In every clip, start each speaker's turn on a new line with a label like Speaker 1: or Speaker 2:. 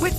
Speaker 1: With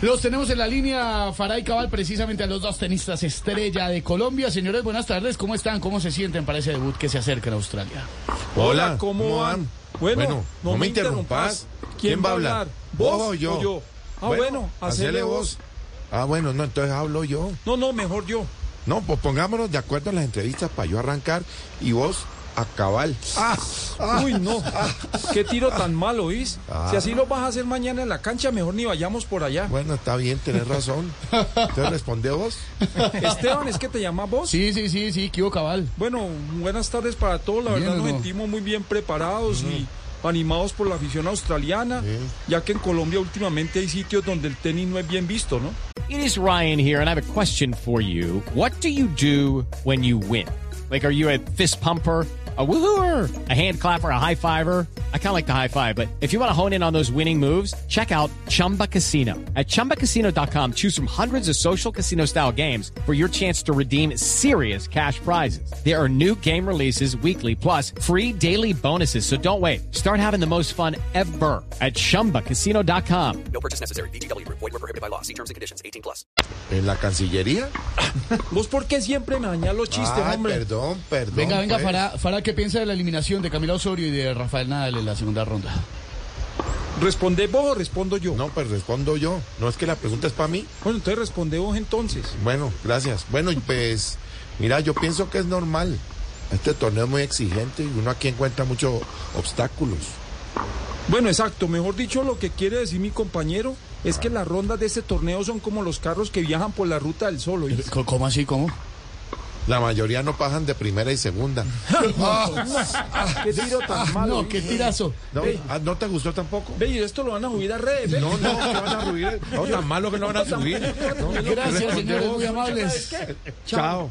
Speaker 2: Los tenemos en la línea Faray Cabal, precisamente a los dos tenistas estrella de Colombia. Señores, buenas tardes. ¿Cómo están? ¿Cómo se sienten para ese debut que se acerca en Australia?
Speaker 3: Hola, ¿cómo, van? Bueno, no, me interrumpas. ¿Quién va a hablar? ¿Vos
Speaker 4: o yo?
Speaker 3: Ah, bueno, hacele vos.
Speaker 4: Ah, bueno, no, entonces hablo yo.
Speaker 3: No, no, mejor yo.
Speaker 4: No, pues pongámonos de acuerdo en las entrevistas para yo arrancar y vos acabar. Ah, Ah.
Speaker 3: Uy, no. Qué tiro tan malo, ¿oís? Si así lo vas a hacer mañana en la cancha, mejor ni vayamos por allá.
Speaker 4: bueno, está bien, tenés razón. Entonces responde vos.
Speaker 3: Esteban, ¿es que te llama vos?
Speaker 2: Sí, sí, sí, sí, Kio Cabal.
Speaker 3: Bueno, buenas tardes para todos. La
Speaker 2: Bien,
Speaker 3: verdad nos
Speaker 2: hermano.
Speaker 3: sentimos muy bien preparados y animados por la afición australiana, ya que en Colombia últimamente hay sitios donde el tenis no es bien visto, ¿no?
Speaker 5: It is Ryan here, and I have a question for you. What do you do when you win? Like, are you a fist pumper? A woohooer, a hand clapper, a high fiver. I kind of like the high five, but if you want to hone in on those winning moves, check out Chumba Casino. At chumbacasino.com, choose from hundreds of social casino style games for your chance to redeem serious cash prizes. There are new game releases weekly, plus free daily bonuses. So don't wait. Start having the most fun ever at chumbacasino.com.
Speaker 6: No purchase necessary. BGW. Void were prohibited by law. See terms and conditions. 18 plus.
Speaker 4: ¿En la Cancillería?
Speaker 3: ¿Vos por qué siempre me dañás los chistes,
Speaker 4: Ay,
Speaker 3: hombre?
Speaker 4: perdón, perdón.
Speaker 2: Venga, venga,
Speaker 4: pues.
Speaker 2: Farah, Farah, ¿qué piensa de la eliminación de Camila Osorio y de Rafael Nadal en la segunda ronda?
Speaker 3: ¿Responde vos o respondo yo?
Speaker 4: No, pues respondo yo. No es que la pregunta es para mí.
Speaker 3: Bueno, entonces responde vos entonces.
Speaker 4: Bueno, gracias. Bueno, y pues, mira, yo pienso que es normal. Este torneo es muy exigente y uno aquí encuentra muchos obstáculos.
Speaker 3: Bueno, exacto. Mejor dicho, lo que quiere decir mi compañero es que las rondas de este torneo son como los carros que viajan por la ruta del sol. ¿oíste?
Speaker 2: Eh, Co- ¿Cómo así? ¿Cómo?
Speaker 4: La mayoría no pasan de primera y segunda.
Speaker 3: Qué tiro tan malo.
Speaker 2: No,
Speaker 3: ¿oíste?
Speaker 2: qué tirazo.
Speaker 4: No, ah, ¿no te gustó tampoco?
Speaker 3: Ve, y esto lo van a subir a redes. ¿eh? ve.
Speaker 4: No, no, que van a subir. No, tan malo que no van a subir. No,
Speaker 2: Gracias,
Speaker 4: responde
Speaker 2: señores,
Speaker 4: vos.
Speaker 2: muy amables.
Speaker 4: Chao.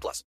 Speaker 6: plus.